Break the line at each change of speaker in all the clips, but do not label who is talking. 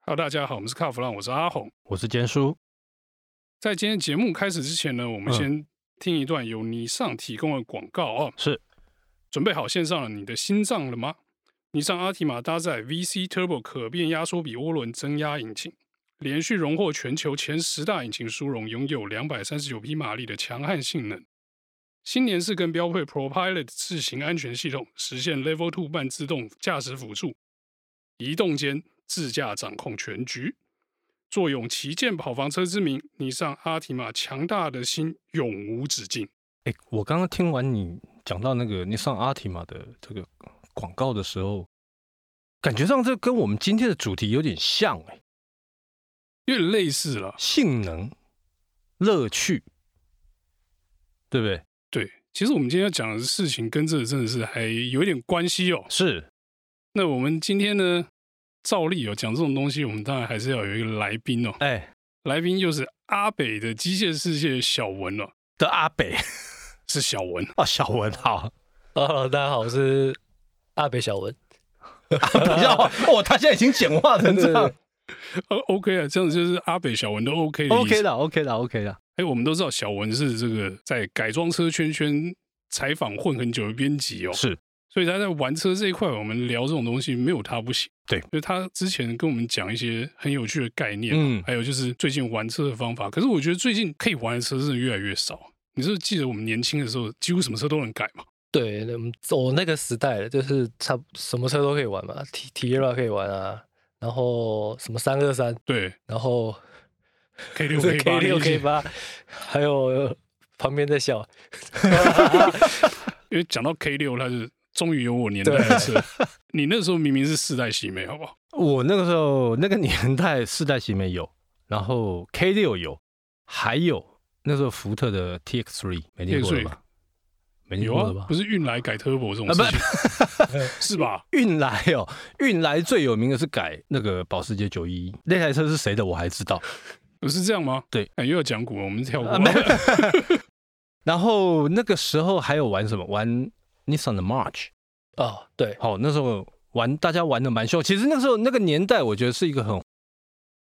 Hello，大家好，我们是卡弗朗，我是阿红。
我是坚叔。
在今天节目开始之前呢，我们
嗯
先听一段由尼尚提供的广告啊、
是
准备好线上了你的心脏了吗？尼桑阿提玛搭载 VC Turbo 可变压缩比涡轮增压引擎，连续荣获全球前十大引擎殊荣，拥有两百三十九匹马力的强悍性能。新年式跟标配 ProPilot 自行安全系统，实现 Level Two 半自动驾驶辅助，移动间自驾掌控全局。坐拥旗舰跑房车之名，尼桑阿提玛强大的心永无止境。
哎，我刚刚听完你讲到那个你上阿提玛的这个广告的时候，感觉上这跟我们今天的主题有点像哎，
有点类似了，
性能、乐趣，对不对？
对，其实我们今天要讲的事情跟这个真的是还有一点关系哦。
是
那我们今天呢，照例有、哦、讲这种东西，我们当然还是要有一个来宾哦。
哎
来宾又是阿北的机械世界小文哦，
的阿北
是小文，
啊，小文好，
Hello，大家好，我是阿北小文。
不要哦，他现在已经简化成这样
呃，OK 啊，这样子就是阿北小文都 OK 的意思。
，OK 的，OK 的，OK 的，
哎，我们都知道小文是这个在改装车圈圈采访混很久的编辑哦，
是
所以他在玩车这一块，我们聊这种东西没有他不行。
对
就是他之前跟我们讲一些很有趣的概念，
嗯
还有就是最近玩车的方法。可是我觉得最近可以玩的车真的越来越少。你是不是记得我们年轻的时候，几乎什么车都能改嘛？
对，那么我那个时代的就是差不什么车都可以玩嘛，T T R 可以玩啊，然后什么三二三，
对
然后
，K 六 K 八
K 六 K 八， 还有呃旁边在笑，
因为讲到 K 六，它是终于有我年代的车。 你那时候明明是四代喜美，好不好？
我那个时候那个年代四代喜美有，然后 K 六有，还有那时候福特的 TX Three 没听过了
TX3
吧？没听
有
过了
啊
吧，
不？是运来改 Turbo 这种
啊不
事情，是吧？
运来哦，运来最有名的是改那个保时捷九一一，那台车是谁的我还知道。
不是这样吗？
对
哎，又要讲古了，我们跳过
啊。没有然后那个时候还有玩什么？玩 Nissan 的 March。
哦，对，
好，那时候玩大家玩的蛮凶。其实那时候那个年代，我觉得是一个很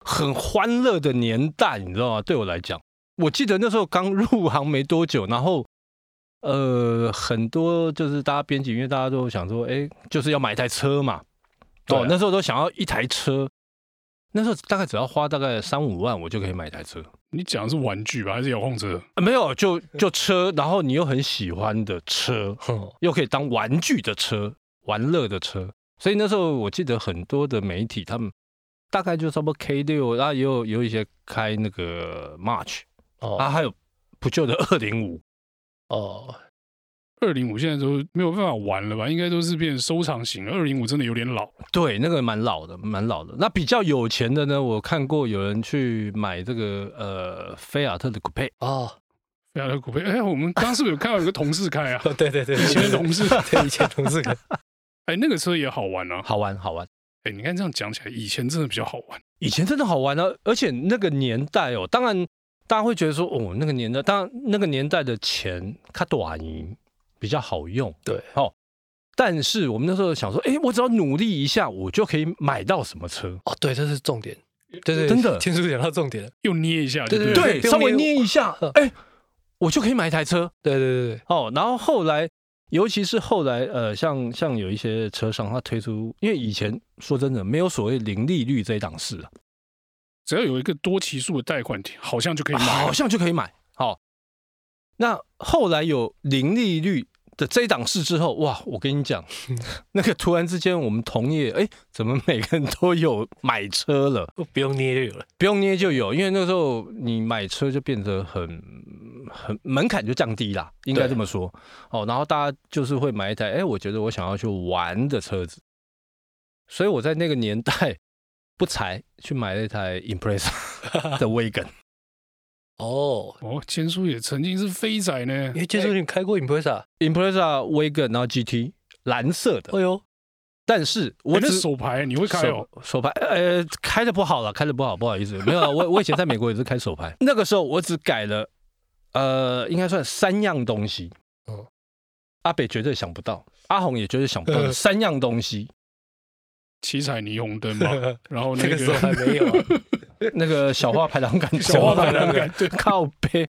很欢乐的年代，你知道吗？对我来讲，我记得那时候刚入行没多久，然后呃，很多就是大家编辑，因为大家都想说，哎，就是要买一台车嘛。
对
哦
啊，
那时候都想要一台车，那时候大概只要花大概三五万，我就可以买一台车。
你讲的是玩具吧，还是遥控车？
啊没有，就就车，然后你又很喜欢的车，
哼，
又可以当玩具的车、玩乐的车。所以那时候我记得很多的媒体，他们大概就差不多 K 六，然后也有也有一些开那个 March
哦、
啊，还有不旧的二零五。
哦，
二零五现在都没有办法玩了吧？应该都是变收藏型了。二零五真的有点老，
对，那个蛮老的，蛮老的。那比较有钱的呢，我看过有人去买这个呃菲亚特的 Coupe，
哦，
菲亚特酷配。哎，我们刚刚是不是有看到有个同事 开啊？
哦对对对，
以前的同事
对以前同事可以，
哎，那个车也好玩啊。
好玩好玩。
哎，你看这样讲起来，以前真的比较好玩。
以前真的好玩啊，而且那个年代哦，当然大家会觉得说，哦，那个年代，当然那个年代的钱卡短银比较好用，
对，
哦。但是我们那时候想说，哎，我只要努力一下，我就可以买到什么车。
哦，对，这是重点，对对，
真的
天叔讲到重点了，
又捏一下就
对
了，
对，
不用嗯
稍微
捏
捏一 下
呵，
哎，我就可以买一台车
对对对对，
哦。然后后来，尤其是后来，呃，像像有一些车商他推出，因为以前说真的没有所谓零利率这一档事啊，
只要有一个多期数的贷款，好像就可以买
好
了。
像就可以买。好，那后来有零利率的这一档事之后，哇，我跟你讲， 那个突然之间，我们同业哎，怎么每个人都有买车了？
哦不用捏就有了，
不用捏就有，因为那时候你买车就变得很很门槛就降低啦，应该
对
这么说哦。然后大家就是会买一台，哎，我觉得我想要去玩的车子，所以我在那个年代不才去买了一台 Impreza 的 Wagon。
哦，
哦，坚叔也曾经是飞仔呢
因。为建叔你开过 Impresa，
Impreza Wagon，然后 GT 蓝色的，
哎呦，
但是
我
我
的
只
哎手牌你会开哦
手，手牌，呃，开的不好了，开的不好，不好意思，没有啊， 我我以前在美国也是开手牌，那个时候我只改了，呃，应该算三样东西，
嗯
哦呃
阿北绝对想不到，阿红也绝对想不到的三样东西，
七彩霓虹灯 嘛，然后那
那
个
个时候还 没有啊、
那个小花排挡杆头，
小花排挡杆 对
靠背，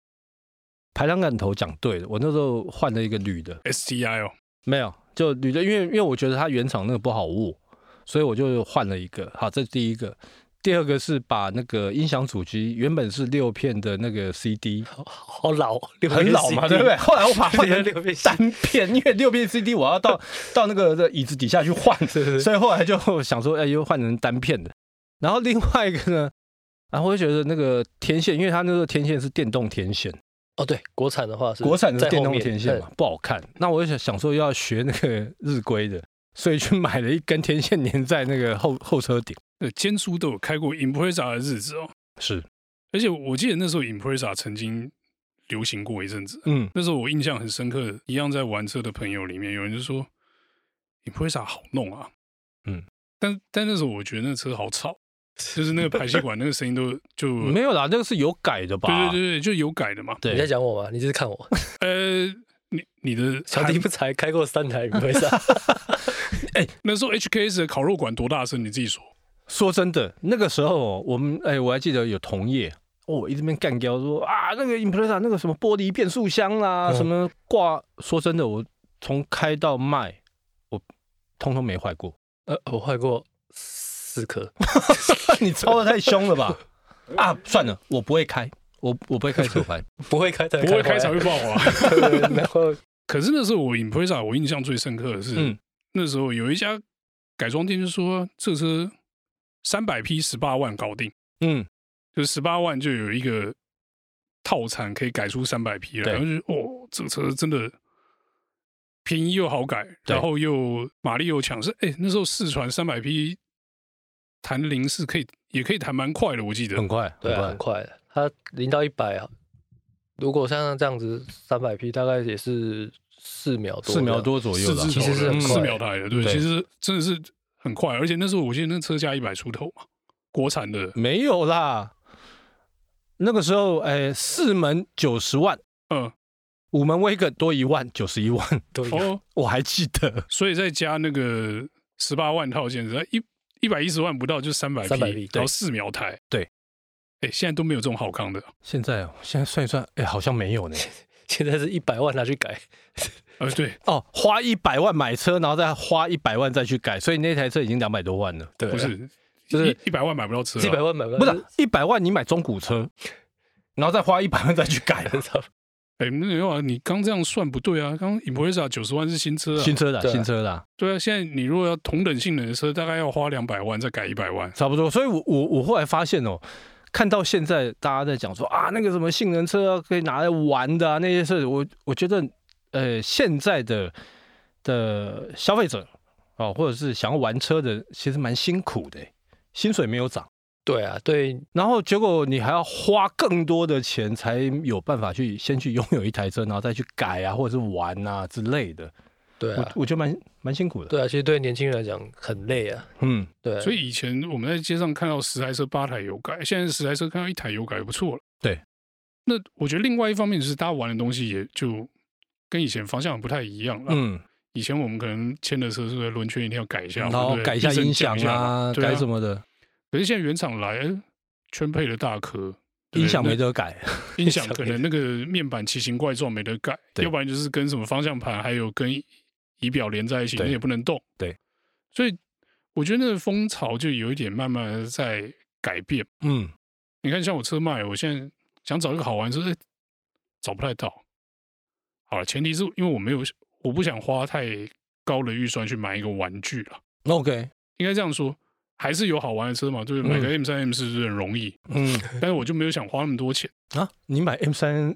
排挡杆头讲对了，我那时候换了一个铝的，
STI 哦，
没有就铝的，因为因为我觉得它原厂那个不好握，所以我就换了一个。好，这是第一个。第二个是把那个音响主机原本是六片的那个 CD，
啊 好哦老，六
很
片
老嘛，
CD
对不对？？后来我把它换成
六片 CD
单片，因为六片 CD 我要 到到那个的椅子底下去换，
是
所以后来就想说，哎，又换成单片的。然后另外一个呢，然后我就觉得那个天线，因为它那个天线是电动天线，
哦，对，国产的话是
国产的
在
是电
后
动
面
天线嘛，，不好看。那我就想想说要学那个日规的，所以去买了一根天线粘在那个后后车顶。
那坚叔呃都有开过 Impreza 的日子哦，
是，
而且我记得那时候 Impreza 曾经流行过一阵子，
嗯，
那时候我印象很深刻，一样在玩车的朋友里面，有人就说 Impreza 好弄啊，
嗯，
但但那时候我觉得那车好吵，就是那个排气管那个声音都就
没有啦，那个是有改的吧？
嗯对对对对，就有改的嘛。
对你在
对
讲我吗？你就是看我，
呃，你你的
小弟不才开过三 台云飞车，
那时候 HKS 的烤肉馆多大声？你自己说。
说真的，那个时候我们哎，我还记得有同业。哦，一直边干掉说啊，那个 Impreza 那个什么玻璃变速箱啦、
嗯
什么挂，说真的，我从开到卖，我通通没坏过。
呃，我坏过四颗，
你操的太凶了吧？啊，算了，我不会开，我我不会开手排。
不会开才
不会
开
开才
坏
会爆 啊！
对然后
可是那时候我 Impreza 我印象最深刻的是，
嗯
那时候有一家改装店就说这车三百匹十八万搞定，
嗯，
就十八万就有一个套餐可以改出三百匹了，
对
然后就哦，这个车真的便宜又好改，
对
然后又马力又强，是哎那时候试传三百匹弹零是可以也可以弹蛮快的，我记得
很快，
对
很
啊，
快
很。快的，它零到一百啊，如果像这样子三百匹，大概也是四秒多，
四秒，多左右
四
了
字，
其实
头
是
的
很
四
快
秒台的，对，
对
其实真的是很快，而且那时候我记得那车价一百出头嘛，国产的，
没有啦。那个时候，哎，四门九十万，
嗯，
五门威格多一万，九十一万，
对，
哦，
我还记得。
所以再加那个十八万套件，然后一一百一十万不到就三百
300匹
然后
对
四秒台，
对，
哎，现在都没有这种好康的，
现在哦，现在算一算，哎，好像没有呢。
现在是一百万拿去改，
呃，对，
哦，花一百万买车，然后再花一百万再去改，所以那台车已经两百多万了。
对啊，
不是，
就是
一一百万买不到车啊，
一百万买不
不
到
是一百万，你买中古车，然后再花一百万再去 改，
很少，
哎，没有啊，你刚这样算不对啊，刚 Impreza 九十万是新车啊，
新车啦，
对啊
新车啦。
对啊，现在你如果要同等性能的车，大概要花两百万再改一百万，
差不多。所以我我我后来发现哦，看到现在大家在讲说啊，那个什么性能车啊，可以拿来玩的啊，那些事，我我觉得呃，现在的的消费者哦，或者是想要玩车的，其实蛮辛苦的，薪水没有涨。
对啊，对，
然后结果你还要花更多的钱才有办法去先去拥有一台车，然后再去改啊，或者是玩啊之类的。
对
我
啊，
我觉得蛮蛮辛苦的。
对啊，其实对年轻人来讲很累啊，
嗯，
对啊，
所以以前我们在街上看到十台车八台有改，现在十台车看到一台有改不错了。
对，
那我觉得另外一方面是大家玩的东西也就跟以前方向不太一样了。
嗯，
以前我们可能牵的车是不是轮圈一定要改一下，
然后
对不对
嗯改一下
避震
音
降
响
一下
啊，
对啊
改什？么的，
可是现在原厂来哎圈配了大壳。对不对
音响没
那
得改。
音响
音响
可
没
能那个面板奇形怪状没得改，
对
要不然就是跟什么方向盘还有跟仪表连在一起，那
对
也不能动。
对，
所以我觉得那个风潮就有一点慢慢的在改变。
嗯，
你看，像我车卖，我现在想找一个好玩的车，哎找不太到。好了，前提是因为我没有，我不想花太高的预算去买一个玩具了。
OK，
应该这样说，还是有好玩的车嘛，就是买个 M 三 M 四是很容易，
嗯
但是我就没有想花那么多钱。
啊，你买 M 三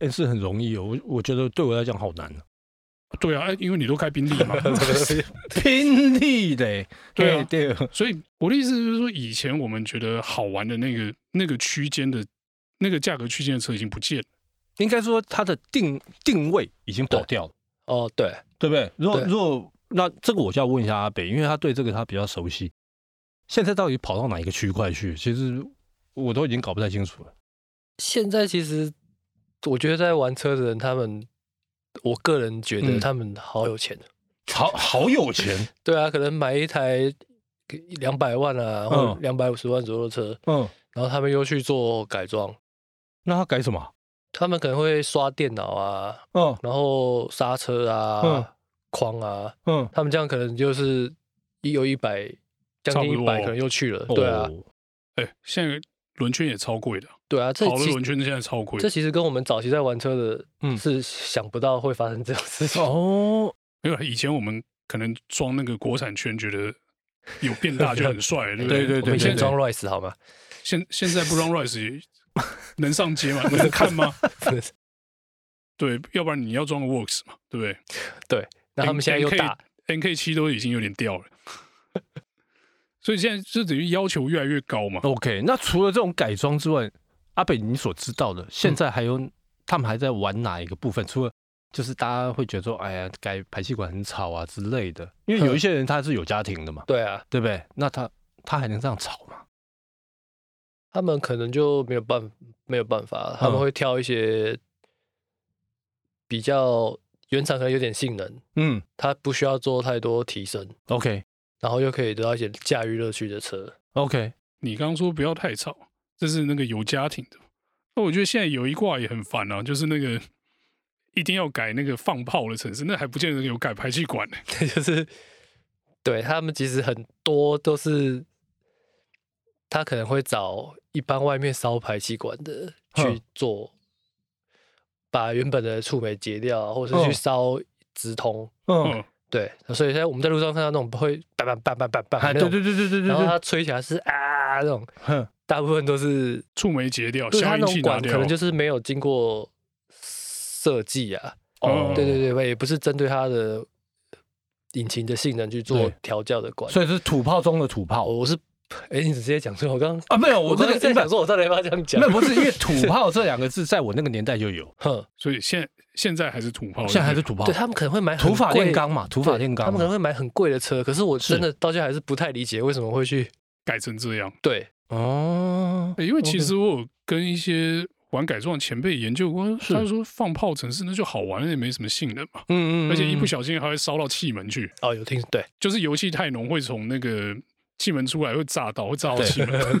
M 四很容易哦，我我觉得对我来讲好难哦，
对啊，哎因为你都开宾利 嘛，
拼力的欸，
对啊
嘿对啊，
所以我的意思就是说，以前我们觉得好玩的那个那个区间的那个价格区间的车已经不见了。
应该说它的定定位已经跑掉了，
哦，对，
对不对？如果
对
如果那这个我就要问一下阿北，因为他对这个他比较熟悉，现在到底跑到哪一个区块去？其实我都已经搞不太清楚了。
现在其实我觉得在玩车的人，他们，我个人觉得
嗯
他们好有钱。啊
好好有钱，
对啊，可能买一台两百万啊，或两百五十万左右的车，
嗯，
然后他们又去做改装，
那他改什么？啊
他们可能会刷电脑啊，
嗯
然后刹车
嗯
啊、框啊，
嗯，
他们这样可能就是一有一百，将近
差不
一
多哦
百可能又去了，对啊，
哦，
哎、现在轮圈也超贵的，
对啊，这
好的
其
轮圈现在超贵
这。其实跟我们早期在玩车的，
嗯
是想不到会发生这种事情。
哦，
没有，啊以前我们可能装那个国产圈，觉得有变大就很 帅，对不
对对对
我们以前
现在
装 Rice 好吗？
现现在不装 Rice 也能上街 吗？能看吗？
真的是
对，要不然你要装个 Works 嘛，对不对
那他们现在又大，
？NK 七都已经有点掉了， 所以现在就等于要求越来越高嘛。
OK，那除了这种改装之外，阿北，你所知道的，现在还有、他们还在玩哪一个部分？除了就是大家会觉得说，哎呀，改排气管很吵啊之类的，因为有一些人他是有家庭的嘛，
对啊，
对不对？那他他还能这样吵吗？
他们可能就没有办没有办法，
嗯
他们会挑一些比较原厂可能有点性能，
嗯
它不需要做太多提升，
，OK
然后又可以得到一些驾驭乐趣的车。
OK，
你刚刚说不要太吵，这是那个有家庭的。那我觉得现在有一挂也很烦啊，就是那个一定要改那个放炮的城市，那还不见得有改排气管呢、
就是对他们其实很多都是，他可能会找一般外面烧排气管的
哼
去做，把原本的触媒截掉啊，或者是
嗯
去烧直通。
嗯，
嗯，
对，所以现在我们在路上看到那种会叭叭叭叭叭叭
哎，
那
对
种，
对对对对
然后
对
它吹起来是啊那种，
哼，
大部分都是
触媒截
哦
掉，
就是
消
它
音
那
器
种
拿
管可
掉
能，就是没有经过设计啊，
嗯
哦
对对对，也不是针对它的引擎的性能去做
对
调教的管。
所以是土炮中的土炮
我是，哎，你直接讲出来，我刚
啊，没有，我这
刚
个
刚在想说，我到底要不要这样讲？
那不是因为土炮这两个字在我那个年代就 有，
哼，
所以现现在还是土炮，
现在还是土炮
哦对，他们可能会买很
土法炼
贵
钢嘛，土法
对
炼
他
钢
们
嘛
可，能会买很贵的车，可是我
是
真的到现在还是不太理解为什么会去
改成这样。
对
哦，
欸因为其
OK
实我有跟一些玩改装的前辈研究过，
是
他说放炮城市那就好玩，也没什么性能嘛，
嗯嗯，
而且一
嗯
不小心还会烧到气门去，
哦，有听 对
就是油气太浓会从那个气门出来会炸到，会炸到
对
气 门。？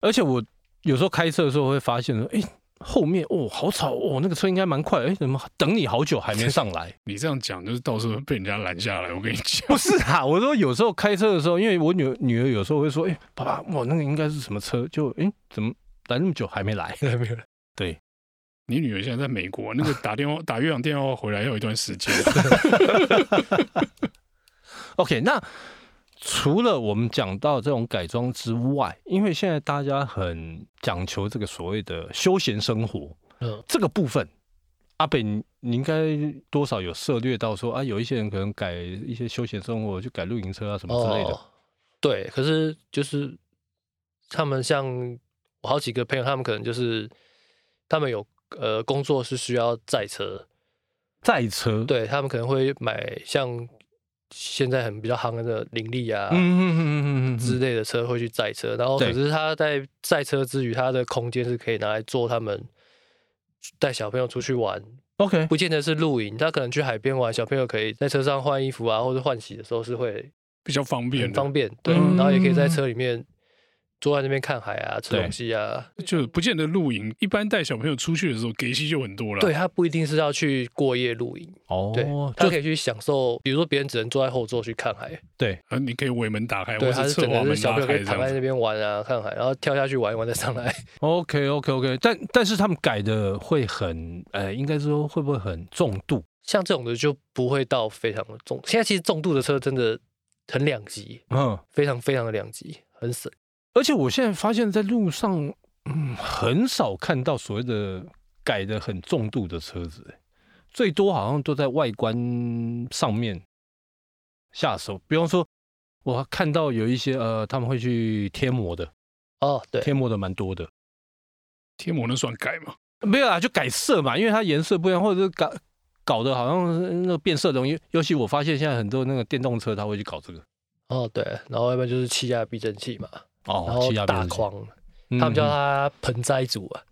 而且我有时候开车的时候会发现说，哎、后面哦好吵哦，那个车应该蛮快，哎、怎么等你好久还没上来
你这样讲就是到时候被人家拦下来，我跟你讲。
不是啊，我说有时候开车的时候，因为我女女儿有时候会说，哎、爸爸，哇，那个应该是什么车？就哎、怎么来那么久还没来？
没有没有
你女儿现在在美国，那个打电话打越洋电话回来要一段时间。
OK，那除了我们讲到这种改装之外，因为现在大家很讲求这个所谓的休闲生活，
嗯
这个部分，阿北你你应该多少有涉略到说啊，有一些人可能改一些休闲生活，就改露营车啊什么之类的。
哦，对，可是就是他们像我好几个朋友，他们可能就是他们有呃工作是需要载车，
载车，，
对他们可能会买像现在很比较夯的那个林立啊、
嗯嗯嗯嗯
之
嗯，
类的车会去载车，然后
对
可是他在载车之余，他的空间是可以拿来做他们带小朋友出去玩，
，OK，
不见得是露营，他可能去海边玩，小朋友可以在车上换衣服啊，或者换洗的时候是会
比较方便
很
的，
方便，对，
嗯
然后也可以在车里面坐在那边看海啊、吃东西啊，
就不见得露营。一般带小朋友出去的时候，给息就很多了。
对，他不一定是要去过夜露营，对，
哦，
他
就
可以去享受，比如说别人只能坐在后座去看海，
对，
呃，你可以尾门打开，
对，
或
他
者
是
侧
整
滑
个
门
是小
拉
朋友可
开这
以躺
样
在
子。
那边玩啊、看海，然后跳下去玩一玩再上来。
OK OK OK，但但是他们改的会很，呃，应该说会不会很重度？
像这种的就不会到非常的重。现在其实重度的车真的很两极，
嗯，
非常非常的两极，很省。
而且我现在发现，在路上，嗯，很少看到所谓的改的很重度的车子，欸最多好像都在外观上面下手。比方说，我看到有一些呃，他们会去贴膜的，
哦，对，
贴膜的蛮多的。
贴膜那算改吗？
没有啊，就改色嘛，因为它颜色不一样，或者是搞搞得好像是那个变色龙。尤尤其我发现现在很多那个电动车，它会去搞这个
哦对，然后要不然就是气压避震器嘛，然
哦，
后
气压变
大
速器
框，
嗯
他们叫它盆栽组啊，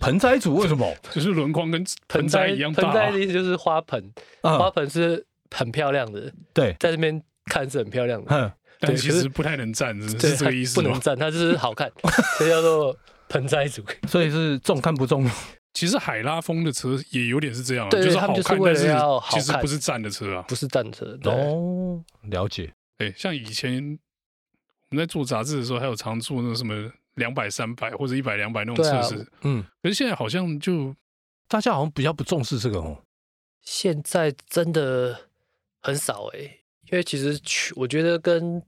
盆栽组，为什 么？
就是轮框跟盆栽一样大、嗯
盆栽
啊
的。意思就是花盆，花
啊，
盆是很漂亮的，
对，
在这边看是很漂亮的，
嗯，
但
对
其
可是
实不太能 站，是
对
嗯是这个意思
它不
吗
能？站，它就是好看，这叫做盆栽族。
所以是重看不重用。
其实海拉风的车也有点是这样啊，
对
是
他
好
们就是
看，但
为了
是
要好
其实
看
不是站的车啊。
不是战 车，对，
哦，了解。
哎，像以前我们在做杂志的时候，还有常做那种什么两百、三百或者一百、两百那种
对
测
啊
试，
嗯，
可是现在好像就
大家好像比较不重视这个哦。
现在真的很少哎、因为其实取我觉得跟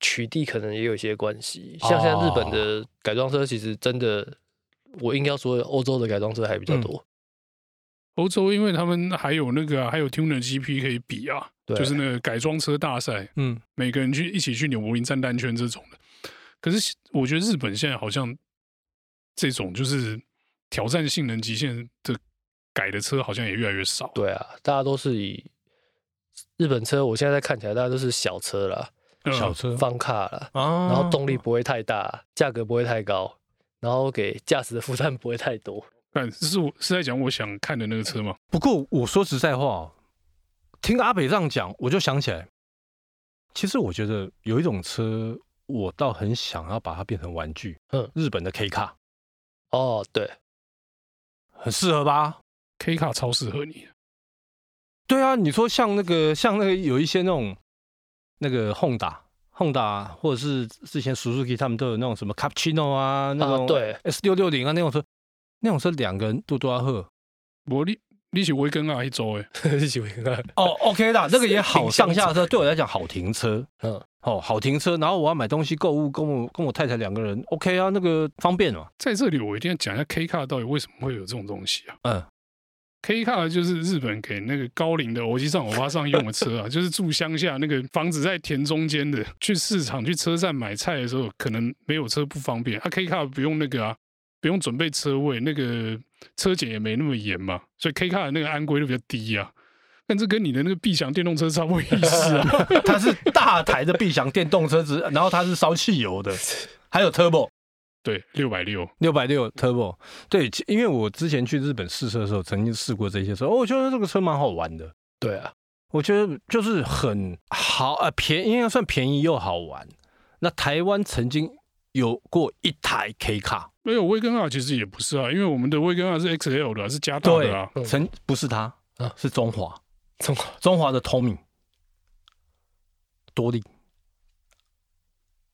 取缔可能也有一些关系，像现在日本
哦
的改装车其实真的，我应该说欧洲的改装车还
嗯
比较多，
欧洲，因为他们还有那个啊、还有 Tuner GP 可以比啊，
对
就是那个改装车大赛，
嗯，
每个人去一起去纽柏林站单圈这种的。可是我觉得日本现在好像这种就是挑战性能极限的改的车，好像也越来越少。
对啊，大家都是以日本车，我现在看起来大家都是小车啦，
嗯，
小车
方卡啦，
啊，
然后动力不会太大，价格不会太高，然后给驾驶的负担不会太多。
但是我是在讲我想看的那个车嘛，
不过我说实在话哦，听阿北这样讲，我就想起来，其实我觉得有一种车，我倒很想要把它变成玩具。
嗯
日本的 K 卡
哦，对，
很适合吧？
K 卡超适合你。
对啊，你说像那个像那个有一些那种那个 Honda。Honda 或者是之前 Suzuki 他们都有那种什么 Cappuccino 啊，那
啊
种
对
S 六六零啊那种车，那种车两个人嘟嘟啊喝，
我你你是我跟啊一周哎，
一起看看。
哦，OK 啦，那个也好
停
上
箱
下车，对我来讲好停车。
嗯，
哦，好停车，然后我要买东西购物，跟我跟我太太两个人，OK 啊，那个方便嘛。
在这里我一定要讲一下 K 卡到底为什么会有这种东西啊。
嗯，
K 卡就是日本给那个高龄的欧吉上、欧巴上用的车啊，就是住乡下那个房子在田中间的，去市场、去车站买菜的时候，可能没有车不方便。啊，K 卡不用那个啊，不用准备车位，那个车检也没那么严嘛，所以 K 卡的那个安规都比较低啊。但这跟你的那个必享电动车差不多意思 啊。
它是大台的必享电动车子， 然后它是烧汽油的，还有 Turbo
对，六百六，
六百六 Turbo。对，其因为我之前去日本试车的时候，曾经试过这些车，哦，我觉得这个车蛮好玩的，
对啊，
我觉得就是很好呃便宜，应该算便宜又好玩。那台湾曾经有过一台 K 卡，
没有威根啊，其实也不是啊，因为我们的威根啊是 XL 的啊、是加大的啊。
嗯
曾不是它
啊，
是中华。
中国
中华的 Tommy 多利，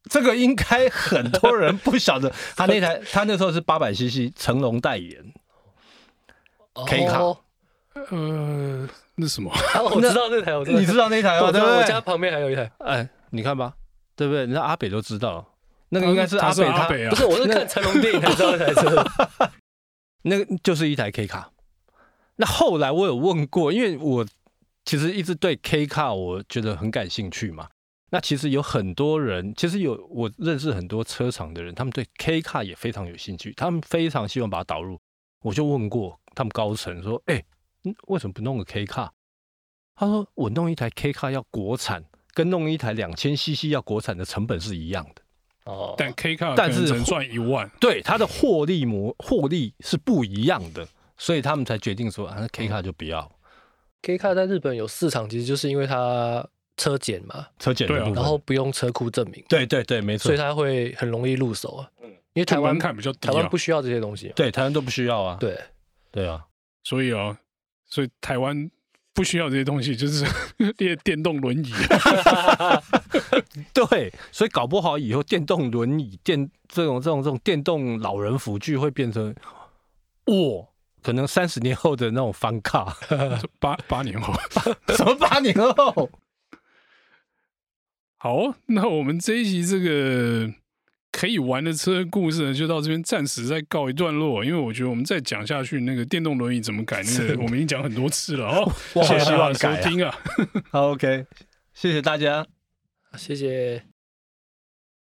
这个应该很多人不晓得。他那台，他那时候是八百 CC，成龙代言。K 卡
哦
呃，那什么，
啊我知道那台，我知道
你知道那台吗？
我知
对
道
不
我
对？
家旁边还有一台，
哎，你看吧，对不对？人家阿北都知道了，那个应该是阿
他是
北
阿
他，
北啊
不。是，我是看成龙电影才知道那台车。
那个就是一台 K 卡。那后来我有问过，因为我其实一直对 K 卡我觉得很感兴趣嘛。那其实有很多人，其实有我认识很多车厂的人，他们对 K 卡也非常有兴趣，他们非常希望把它导入。我就问过他们高层说：“哎、嗯为什么不弄个 K 卡？”他说：“我弄一台 K 卡要国产，跟弄一台两千 CC 要国产的成本是一样的。”
哦，
但 K 卡
但
可能
是
只能赚一万，
对它的获利模获利是不一样的，所以他们才决定说，啊，那 K 卡就不要
K 卡在日本有市场，其实就是因为它车检嘛，
车检的
对啊
部分。
然后不用车库证明，
对对对，没错
所以，它会很容易入手啊。因为台
就
湾
门槛比较低
台
啊
湾。不需要这些东西嘛。
对台湾都不需要啊。
对，
对啊，
所以啊，所以台湾不需要这些东西，就是 电电动轮椅。
对，所以搞不好以后电动轮椅、电这种这种这种电动老人辅具会变成我。可能三十年后的那种翻 卡，
啊 八八年后，
什么八年后？
好哦，那我们这一集这个可以玩的车故事呢，就到这边暂时再告一段落，因为我觉得我们再讲下去，那个电动轮椅怎么改，那个我们已经讲很多次了哦。
我好
谢谢
希
大
望
家
改
收
啊！
听啊。
好，OK，谢谢大家。
啊谢谢。